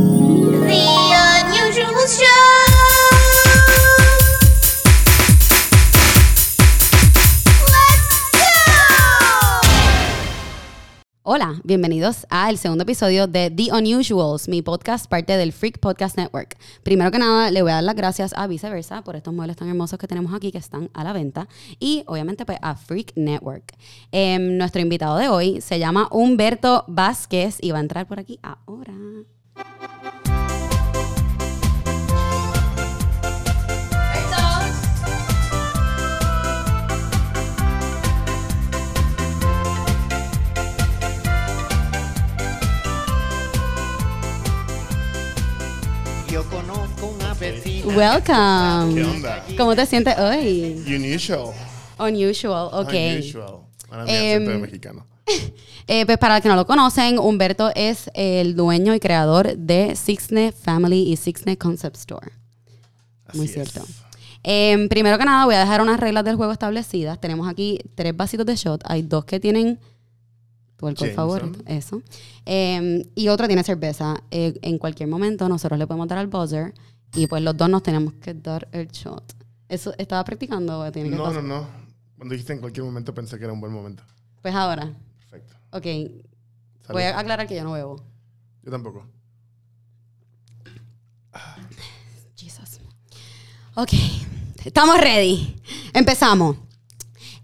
The Unusual Show! Let's go! Hola, bienvenidos a el segundo episodio de The Unusuals, mi podcast, parte del Freak Podcast Network. Primero que nada, le voy a dar las gracias a Viceversa por estos muebles tan hermosos que tenemos aquí que están a la venta y obviamente pues a Freak Network. Em, nuestro invitado de hoy se llama Humberto Vázquez y va a entrar por aquí ahora. Yo conozco una vecina. Welcome. ¿Qué onda? ¿Cómo te sientes hoy? Unusual. Unusual, ok. Unusual. Ahora mi acento de Em, mexicano. Eh, pues para los que no lo conocen, Humberto es el dueño y creador de Sixnet Family y Sixnet Concept Store. Así Muy es. cierto. Em, primero que nada, voy a dejar unas reglas del juego establecidas. Tenemos aquí tres vasitos de shot. Hay dos que tienen tu por favor. Jameson. Eso. Em, y otro tiene cerveza. Eh, en cualquier momento, nosotros le podemos dar al buzzer y pues los dos nos tenemos que dar el shot. ¿Eso estaba practicando o tiene que No, pasar? no, no. Cuando dijiste en cualquier momento pensé que era un buen momento. Pues ahora. Perfecto. Ok. Salud. Voy a aclarar que yo no bebo. Yo tampoco. Jesus. Ok, estamos ready. Empezamos.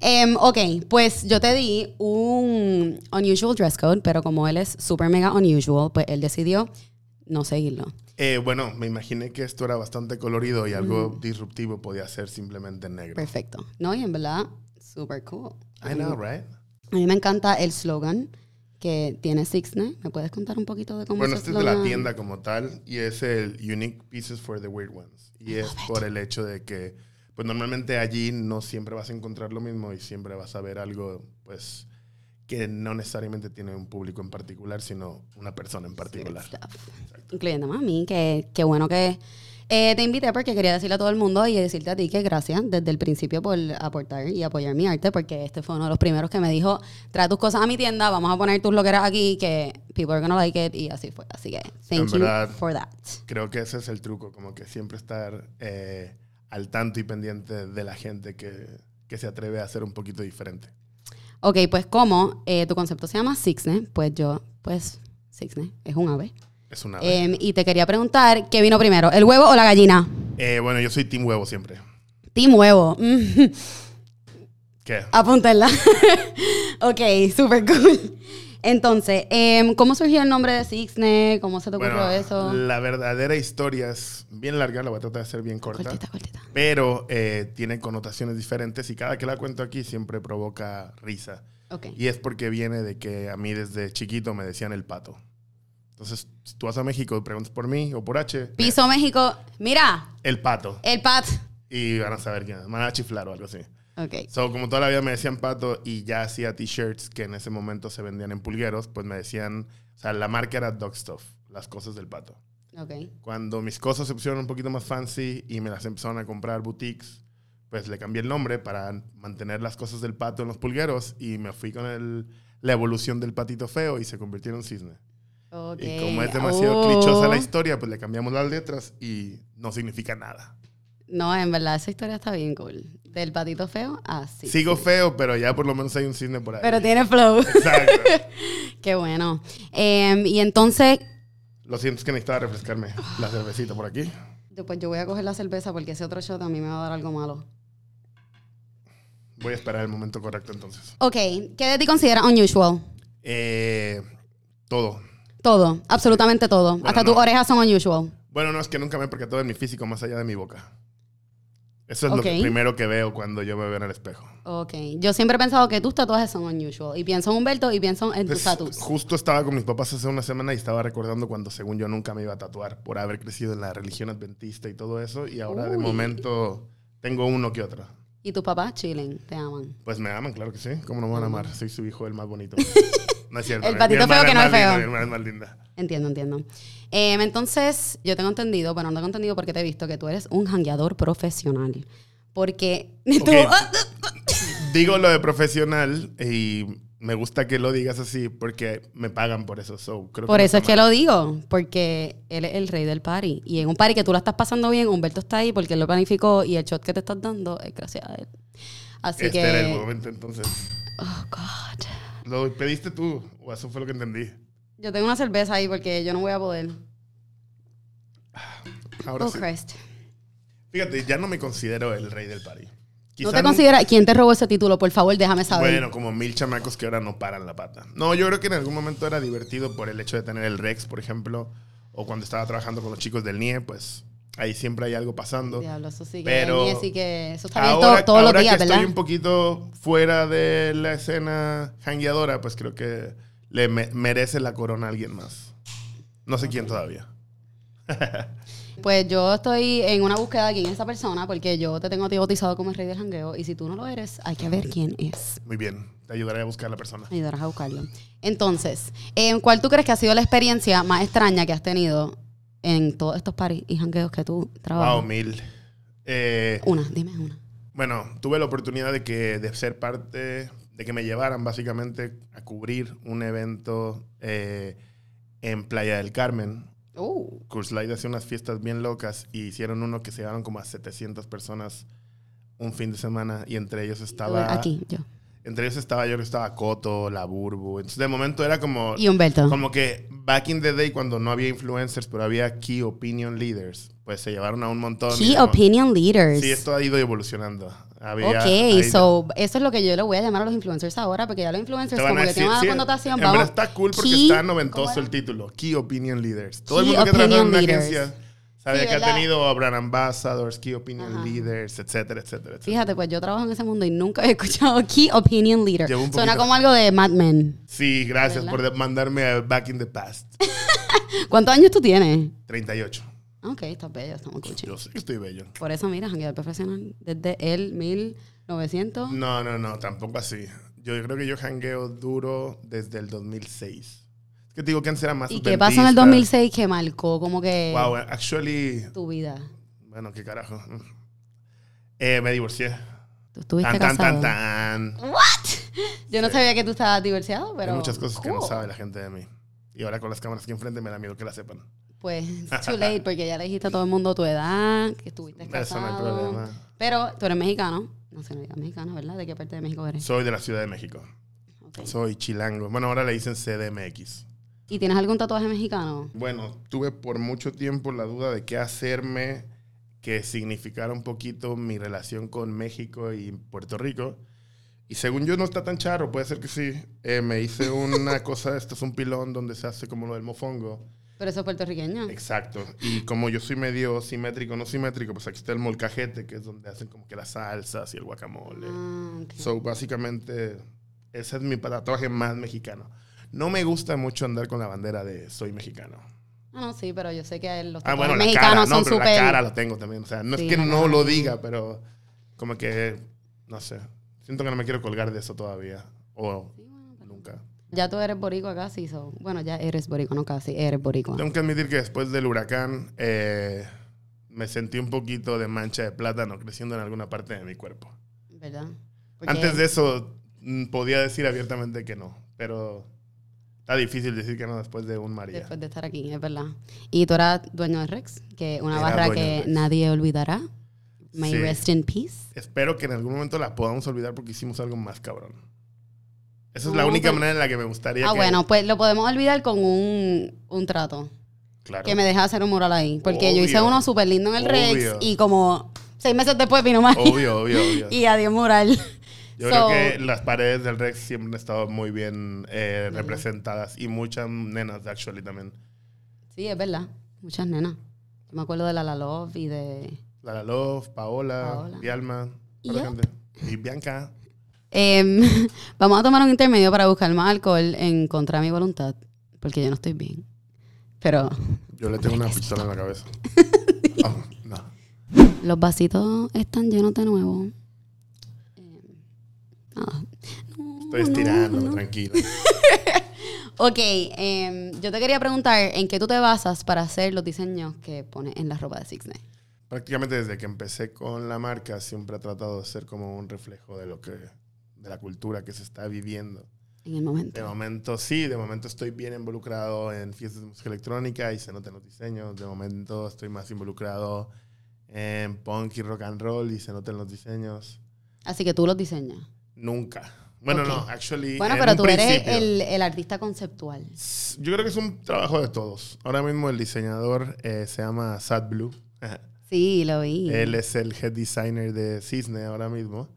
Em, ok, pues yo te di un unusual dress code, pero como él es super mega unusual, pues él decidió no seguirlo. Eh, bueno, me imaginé que esto era bastante colorido y algo Mm. disruptivo podía ser simplemente negro. Perfecto. No, y en verdad, super cool. I know, right? A mí me encanta el slogan que tiene Sixne. ¿Me puedes contar un poquito de cómo Bueno, ese este es de la slogan? tienda como tal y es el Unique Pieces for the Weird Ones. Y es por el hecho de que, pues normalmente allí no siempre vas a encontrar lo mismo y siempre vas a ver algo, pues, que no necesariamente tiene un público en particular, sino una persona en particular. stuff. Incluyendo a mí, que, que bueno que eh, te invité porque quería decirle a todo el mundo y decirte a ti que gracias desde el principio por aportar y apoyar mi arte, porque este fue uno de los primeros que me dijo, trae tus cosas a mi tienda, vamos a poner tus loqueras aquí, que people are gonna like it, y así fue. Así que, En thank you verdad. for that. Creo que ese es el truco, como que siempre estar eh, al tanto y pendiente de la gente que, que se atreve a hacer un poquito diferente. Ok, pues como eh, tu concepto se llama Sixne, pues yo, pues Sixne es un ave. Es una... Em, y te quería preguntar, ¿qué vino primero, el huevo o la gallina? Eh, bueno, yo soy Team Huevo siempre. Team huevo. Mm. ¿Qué? Apúntenla. ok, super cool. Entonces, em, ¿cómo surgió el nombre de Sixne? ¿Cómo se te ocurrió Bueno, eso? La verdadera historia es bien larga, la voy a tratar de hacer bien corta, Cortita, cortita. pero eh, tiene connotaciones diferentes y cada que la cuento aquí siempre provoca risa. Ok. Y es porque viene de que a mí desde chiquito me decían el pato. Entonces, si tú vas a México y preguntas por mí o por H, Piso México. Mira, el pato. el pat. Y van a saber quién es, van a chiflar o algo así. Ok. So, como toda la vida me decían pato y ya hacía t-shirts que en ese momento se vendían en pulgueros, pues me decían, o sea, la marca era Dog Stuff, las cosas del pato. Ok. Cuando mis cosas se pusieron un poquito más fancy y me las empezaron a comprar boutiques, pues le cambié el nombre para mantener las cosas del pato en los pulgueros y me fui con el- la evolución del patito feo y se convirtió en un cisne. Ok. Y como es demasiado Oh. clichosa la historia, pues le cambiamos las letras y no significa nada. No, en verdad, esa historia está bien cool. Del patito feo a Sixne. Sigo feo, pero ya por lo menos hay un cisne por ahí. Pero tiene flow. Exacto. Qué bueno. Em, y entonces, Lo siento, es que necesitaba refrescarme la cervecita por aquí. pues yo voy a coger la cerveza porque ese otro shot a mí me va a dar algo malo. Voy a esperar el momento correcto entonces. Ok, ¿qué de ti consideras unusual? Eh, todo. Todo, absolutamente todo. Hasta tus no. orejas son unusual. Bueno, no, es que nunca me he percatado de mi físico más allá de mi boca. Eso es Ok. lo que- primero que veo cuando yo me veo en el espejo. Ok. Yo siempre he pensado que tus tatuajes son unusual. Y pienso en Humberto y pienso en tus Entonces, tatuajes. justo estaba con mis papás hace una semana y estaba recordando cuando según yo nunca me iba a tatuar por haber crecido en la religión adventista y todo eso. Y ahora de Uy. momento tengo uno que otro. Y tus papás chillen, te aman. Pues me aman, claro que sí. ¿Cómo no me van a amar? Soy su hijo, el más bonito. No es cierto. eh. El mi- mi patito hermana feo que no es más linda, feo. mi hermana es más linda. Entiendo, entiendo. Em, entonces, yo tengo entendido, pero no tengo entendido porque te he visto que tú eres un jangueador profesional. Porque tú. ah, Ok. Digo lo de profesional y me gusta que lo digas así porque me pagan por eso. so, creo Por no eso es está que mal. lo digo, porque él es el rey del party. Y en un party que tú la estás pasando bien, Humberto está ahí porque él lo planificó y el shot que te estás dando es gracias a él. Así Este que. era el momento entonces. Oh, God. ¿Lo pediste tú? ¿O eso fue lo que entendí? Yo tengo una cerveza ahí porque yo no voy a poder. Ahora Oh, sí. Christ. Fíjate, ya no me considero el rey del party. ¿No Quizá te considera quién te robó ese título? Por favor, déjame saber. Bueno, como mil chamacos que ahora no paran la pata. No, yo creo que en algún momento era divertido por el hecho de tener el Rex, por ejemplo, o cuando estaba trabajando con los chicos del NIE, pues ahí siempre hay algo pasando. Diablo, eso sí que. Pero- Ni así que eso está bien Ahora, todo- todos ahora los días, que ¿verdad? estoy un poquito fuera de la escena jangueadora, pues creo que le me- merece la corona a alguien más. No sé quién todavía. Pues yo estoy en una búsqueda de quién es esa persona porque yo te tengo a ti bautizado como el rey del jangueo y si tú no lo eres, hay que ver quién es. Muy bien, te ayudaré a buscar a la persona. Me Ayudarás a buscarlo. Entonces, em, ¿cuál tú crees que ha sido la experiencia más extraña que has tenido en todos estos paris y jangueos que tú trabajas? Wow, mil. Eh, Una, dime una. Bueno, tuve la oportunidad de que de ser parte, de que me llevaran básicamente a cubrir un evento eh, en Playa del Carmen. Uh, Curse Light hacía unas fiestas bien locas y hicieron uno que se llevaron como a 700 personas un fin de semana y entre ellos estaba aquí, yo. entre ellos estaba yo creo que estaba Coto, La Burbu. Entonces de momento era como Y Humberto. como que back in the day cuando no había influencers, pero había key opinion leaders, pues se llevaron a un montón. y Key como- opinion leaders. Sí, esto ha ido evolucionando. Había, Pues, Ok, ahí- so, eso es lo que yo le voy a llamar a los influencers ahora, porque ya los te influencers van como a que decir, tienen una sí, connotación. en verdad Vamos, está cool porque key- está ¿cómo noventoso era? el título. Key Opinion Leaders. Todo el Key mundo que trabaja en una opinion leaders. agencia sabe Sí, que ha ¿verdad? tenido a brand ambassadors, Key Opinion Ajá. Leaders, etcétera, etcétera, etcétera. Fíjate, pues yo trabajo en ese mundo y nunca he escuchado Key Opinion Leader. Llevo un Suena poquito- como algo de Mad Men. Sí, gracias ¿Verdad? por mandarme a Back in the Past. ¿Cuántos años tú tienes? 38. Ok, estás bello, estamos escuchando. Yo sé que estoy bello. Por eso, mira, janguear profesional desde el 1900. No, no, no, tampoco así. Yo creo que yo jangueo duro desde el 2006. Es que te digo que antes era más ¿Y qué pasó en el adventista. 2006 que marcó como que Wow, actually, tu vida? bueno, qué carajo. Mm. Eh, me divorcié. Tú estuviste Tan, tan, casado. tan, tan. Yo no sabía que tú estabas divorciado, pero... Hay muchas cosas que no cool. sabe la gente de mí. Y ahora con las cámaras aquí enfrente me da miedo que la sepan. Pues, it's too late, porque ya le dijiste a todo el mundo tu edad, que estuviste Eso casado. no hay problema. Pero tú eres mexicano, nacionalidad mexicana, ¿verdad? ¿De qué parte de México eres? Soy de la Ciudad de México. Ok. Soy chilango. Bueno, ahora le dicen CDMX. ¿Y tienes algún tatuaje mexicano? Bueno, tuve por mucho tiempo la duda de qué hacerme que significara un poquito mi relación con México y Puerto Rico. Y según yo no está tan charro, puede ser que sí. Eh, me hice una cosa, esto es un pilón donde se hace como lo del mofongo. Pero eso es puertorriqueño. Exacto. Y como yo soy medio simétrico, no simétrico, pues aquí está el molcajete, que es donde hacen como que las salsas y el guacamole. Ah, ok. So, básicamente, ese es mi tatuaje más mexicano. No me gusta mucho andar con la bandera de soy mexicano. Ah, no, sí, pero yo sé que los Ah, tatuajes bueno, la cara, mexicanos no, son pero súper... la cara lo tengo también. O sea, no Sí, es que la no cara. lo diga, pero como que, no sé. Siento que no me quiero colgar de eso todavía. O Sí, bueno, pero- nunca. Ya tú eres boricua casi, so. bueno, ya eres boricua, no casi, eres boricua. Tengo que admitir que después del huracán eh, me sentí un poquito de mancha de plátano creciendo en alguna parte de mi cuerpo. ¿Verdad? Porque- Antes de eso mm, podía decir abiertamente que no, pero está difícil decir que no después de un María. Después de estar aquí, es verdad. Y tú eras dueño de Rex, que una Era barra dueño de que Rex. nadie olvidará. May Sí. rest in peace. Espero que en algún momento la podamos olvidar porque hicimos algo más cabrón. Esa es la No, única Uh, pero- manera en la que me gustaría Ah, que- bueno, pues lo podemos olvidar con un, un trato. Claro. Que me deja hacer un mural ahí. Porque yo hice Obvio. uno súper lindo en el Rex Obvio. y como seis meses después vino más. Obvio, obvio, obvio. Y adiós mural. Yo So, creo que las paredes del Rex siempre han estado muy bien eh, Verdad. representadas y muchas nenas, actually, también. Sí, es verdad. Muchas nenas. Me acuerdo de la La Love y de... Lara Love, Paola, Paola. Vialma, toda la Yup. gente. y Bianca. Em, vamos a tomar un intermedio para buscar más alcohol en contra de mi voluntad, porque yo no estoy bien. Pero Yo le tengo una pistola en la cabeza. Ah, no. los vasitos están llenos de nuevo. Em, nada. No, Estoy no, estirando, no. tranquilo. Ok, em, yo te quería preguntar, ¿en qué tú te basas para hacer los diseños que pones en la ropa de Six Nine? Prácticamente desde que empecé con la marca siempre he tratado de ser como un reflejo de lo que de la cultura que se está viviendo. en el momento. De momento sí, de momento estoy bien involucrado en fiestas de música electrónica y se notan los diseños. De momento estoy más involucrado en punk y rock and roll y se notan los diseños. Así que tú los diseñas. Nunca. Bueno, Ok. no, actually. Bueno, en pero un tú eres principio. el, el artista conceptual. Yo creo que es un trabajo de todos. Ahora mismo el diseñador eh, se llama Sad Blue. Sí, lo vi. Él es el head designer de Cisne ahora mismo.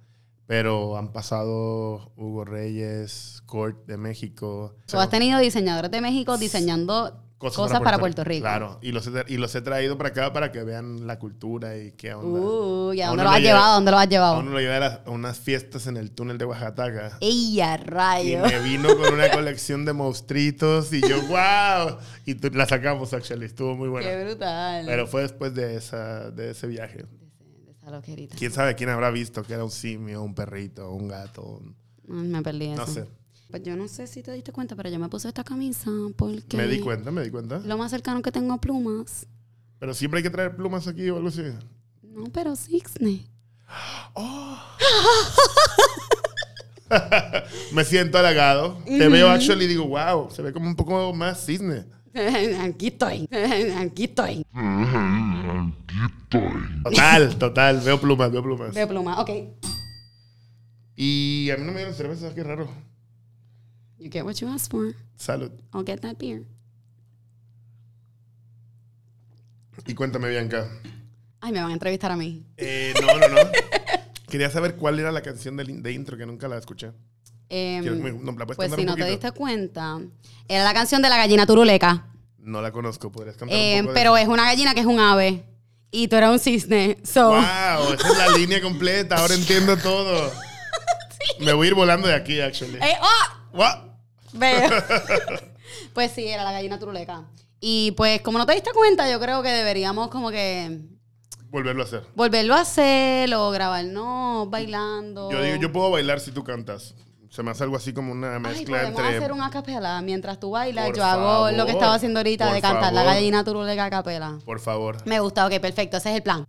Pero han pasado Hugo Reyes, Court de México. Tú has tenido diseñadores de México diseñando cosas, para Puerto, Rico. Claro, y los, he, tra- y los he traído para acá para que vean la cultura y qué onda. Uh, ¿y a Aún dónde no lo has llegué. llevado? ¿Dónde lo has llevado? Aún no lo llevé a, las- a unas fiestas en el túnel de Oaxaca. ¡Ey, a Y rayo! me vino con una colección de monstruitos y yo, wow. Y tu- la sacamos, actually, estuvo muy buena. ¡Qué brutal! Pero fue después de, esa, de ese viaje. De esa loquerita. ¿Quién sabe quién habrá visto que era un simio, un perrito, un gato? un- Ay, me perdí eso. No sé. Pues yo no sé si te diste cuenta, pero yo me puse esta camisa porque... Me di cuenta, me di cuenta. Lo más cercano que tengo a plumas. Pero siempre hay que traer plumas aquí o algo así. No, pero cisne. Me siento halagado. Te veo actually y digo, wow, se ve como un poco más cisne. Aquí estoy. Aquí estoy. Total, total. Veo plumas, veo plumas. De pluma. Ok. Y a mí no me dieron cerveza, qué raro. You get what you asked for. Salud. I'll get that beer. Y cuéntame, Bianca. Ay, me van a entrevistar a mí. Eh, no, no, no. Quería saber cuál era la canción del in- de intro que nunca la escuché. Em, Quiero que me- no, ¿la puedes pues cantar si un no te poquito? diste cuenta, era la canción de la gallina turuleca. No la conozco, podrías cantar Em, un poco de pero es una gallina que es un ave. Y tú eres un cisne. So, Wow, esa es la línea completa. Ahora entiendo todo. Me voy a ir volando de aquí, actually. Eh, oh, Wow. veo. pues sí, era la gallina turuleca. Y pues como no te diste cuenta, yo creo que deberíamos como que Volverlo a hacer. volverlo a hacer o grabarnos bailando. Yo digo, yo puedo bailar si tú cantas. Se me hace algo así como una Oh. Ay, mezcla podemos entre. hacer una capela mientras tú bailas. Por Yo hago lo que favor, estaba haciendo ahorita de por cantar la favor. gallina turuleca a capela. Por favor. Me gusta, ok, perfecto, ese es el plan.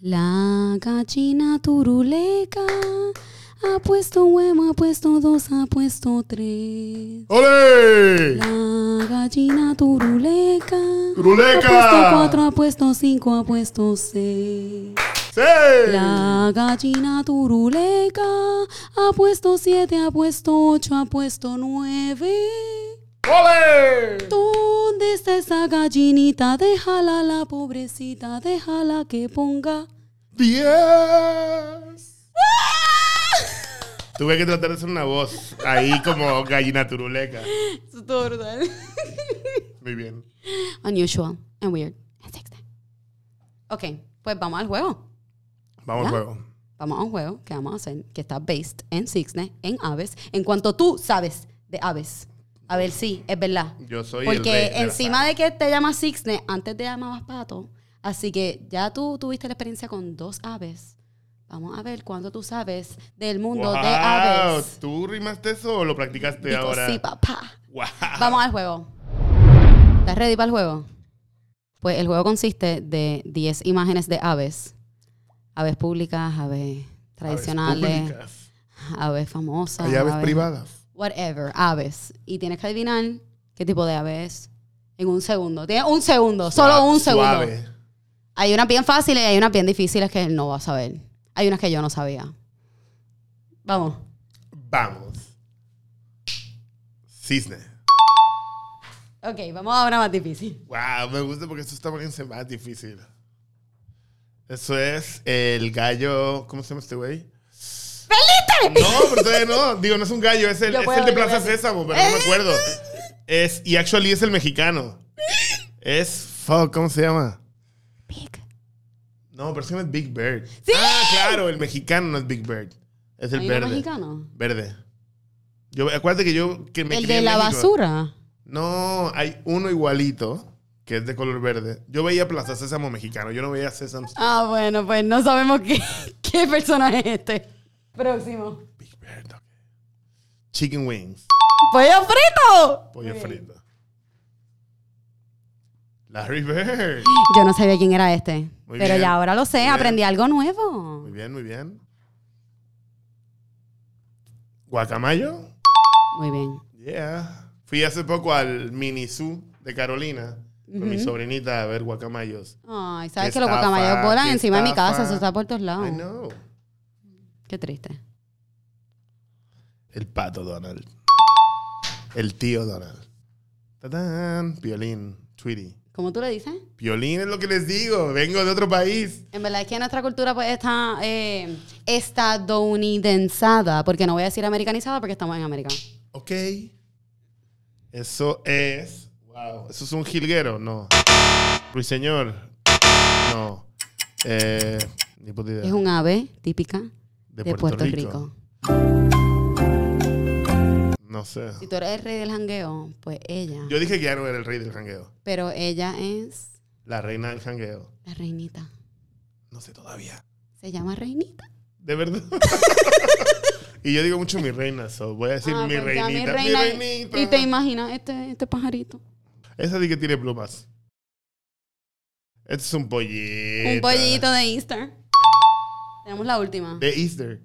La gallina turuleca ha puesto un huevo, ha puesto dos, ha puesto tres. ¡Ole! La gallina turuleca ha puesto cuatro, ¡Turuleca! ha puesto cinco, ha puesto seis. ¡Sí! La gallina turuleca ha puesto siete, ha puesto ocho, ha puesto nueve. ¡Ole! ¿Dónde está esa gallinita? Déjala, la pobrecita, déjala que ponga. ¡Diez! Tuve que tratar de hacer una voz ahí como gallina turuleca. Eso todo brutal. Muy bien. Unusual and weird and sexy. Ok, pues vamos al juego. Vamos al ¿Ya? juego. Vamos a un juego que vamos a hacer que está based en cisnes, en aves, en cuanto tú sabes de aves. A ver si es verdad. Yo soy el Porque rey de las encima de que te llamas cisne, antes te llamabas pato. Así que ya tú tuviste la experiencia con dos aves. Vamos a ver cuánto tú sabes del mundo de aves. ¿Tú rimaste eso o lo practicaste Digo, ahora? sí, papá. Wow. Vamos al juego. ¿Estás ready para el juego? Pues el juego consiste de 10 imágenes de aves. Aves públicas, aves Aves tradicionales, públicas. aves, famosas. Hay aves privadas. Whatever, aves. Y tienes que adivinar qué tipo de ave es en un segundo. Tienes un segundo, solo un segundo. Suave. Hay unas bien fáciles y hay unas bien difíciles que él no va a saber. Hay unas que yo no sabía. Vamos. Vamos. Cisne. Ok, vamos a una más difícil. Wow, me gusta porque esto está poniéndose más difícil. Eso es el gallo. ¿Cómo se llama este güey? ¡Felipe! No, pero todavía no. Digo, no es un gallo, es el, Yo es puedo, el de yo puedo. Plaza Sésamo, pero no me acuerdo. Es, y actually es el mexicano. Es. Fuck, ¿cómo se llama? Big. No, pero se llama Big Bird. Ah, claro, el mexicano no es Big Bird. Es el ¿Hay uno verde. mexicano? Verde. Yo, acuérdate que yo. Que me el crié de en la México. basura. No, hay uno igualito que es de color verde. Yo veía Plaza Sésamo mexicano, yo no veía Sésamo Ah, bueno, pues no sabemos qué, qué personaje es este. Próximo. Big Bird. ok. Chicken wings, ¡Pollo frito! pollo frito. Larry Bird. Yo no sabía quién era este. Muy pero bien. ya ahora lo sé, Muy aprendí bien. algo nuevo. Muy bien, muy bien. Guacamayo, Muy bien. yeah. Fui hace poco al mini zoo de Carolina con mi sobrinita a ver guacamayos. Ay, ¿sabes Qué que los guacamayos estafa, volan qué encima de mi casa? estafa. Eso está por todos lados. I know. Qué triste. El pato Donald. El tío Donald. Tadán. Piolín. Tweety. ¿Cómo tú le dices? Piolín es lo que les digo. Vengo de otro país. En verdad es que nuestra cultura pues está eh, estadounidensada, porque no voy a decir americanizada porque estamos en América. Ok. Eso es. Wow. Eso es un jilguero. No. Ruiseñor. No. Eh, ni puta idea. Es un ave típica de, de Puerto, Rico. No sé. Si tú eres el rey del jangueo, pues ella. Yo dije que ya no era el rey del jangueo. Pero ella es La reina del jangueo. la reinita. No sé todavía. ¿Se llama reinita? De verdad. y yo digo mucho mi reina, so voy a decir Ah, mi, pues ya, reinita, mi reina. reinita. Y te imaginas este, este pajarito. Esa sí que tiene plumas. Este es un pollito. Un pollito de Easter. Tenemos la última. De Easter.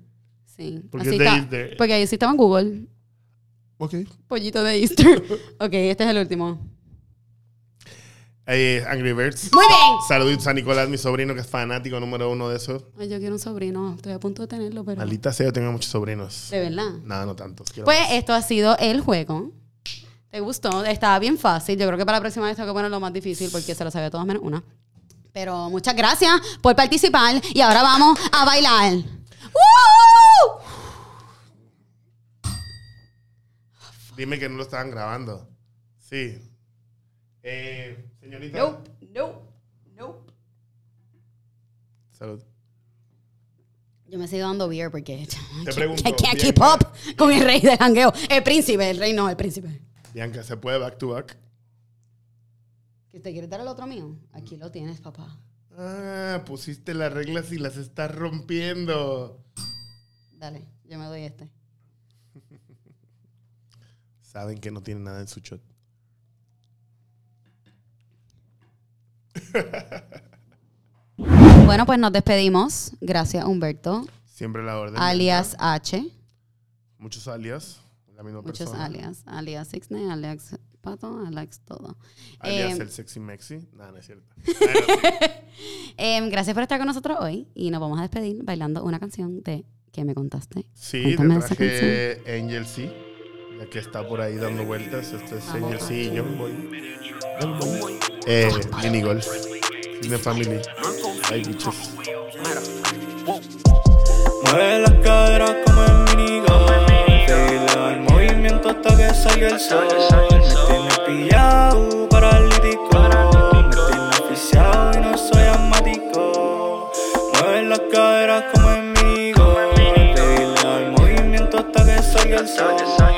sí. Porque Así es de está- Pues- Easter. Porque ahí sí estaba en Google. Ok. Pollito de Easter. ok, este es el último. Eh, Angry Birds. Muy bien. Saluditos a Nicolás, mi sobrino, que es fanático número uno de eso. Ay, yo quiero un sobrino. Estoy a punto de tenerlo, pero. Maldita sea, yo tengo muchos sobrinos. De verdad. Nada, no tantos. Quiero- Pues esto ha sido el juego. ¿Te gustó? Estaba bien fácil. Yo creo que para la próxima vez tengo que ponerlo más difícil porque se lo sabía todas menos una. Pero muchas gracias por participar y ahora vamos a bailar. ¡Woo! Dime que no lo estaban grabando. Sí. Eh, señorita. Nope, nope, nope. Salud. Yo me sigo dando beer porque Te pregunto, I can't Bianca. keep up con el rey del jangueo. El príncipe, el rey no, el príncipe. Bianca, ¿se puede back to back? ¿Que ¿Te quieres dar el otro mío? Aquí lo tienes, papá. Ah, pusiste las reglas y las estás rompiendo. Dale, yo me doy este. Saben que no tienen nada en su shot. Bueno, pues nos despedimos. Gracias, Humberto, Siempre la orden. alias H. Muchos alias. La misma Muchos persona. alias. Alias Sixney, alias Pato, alias todo. Alias Em, el sexy mexi. Nada, no es cierto. em, gracias por estar con nosotros hoy y nos vamos a despedir bailando una canción de que me contaste. Sí, te Cuéntame esa traje Angel C. Ya que está por ahí dando vueltas. Este Ah, es Angel C y Young Boy. Young Boy. Eh, mini golf. Disney Family. Ay, bichos. Mueve las caderas como en minigolf Seguirle el movimiento hasta que salga el sol Me tiene pillado, paralítico Me tiene asfixiado y no soy asmático Mueve las caderas como en minigolf Seguirle el movimiento hasta que salga el sol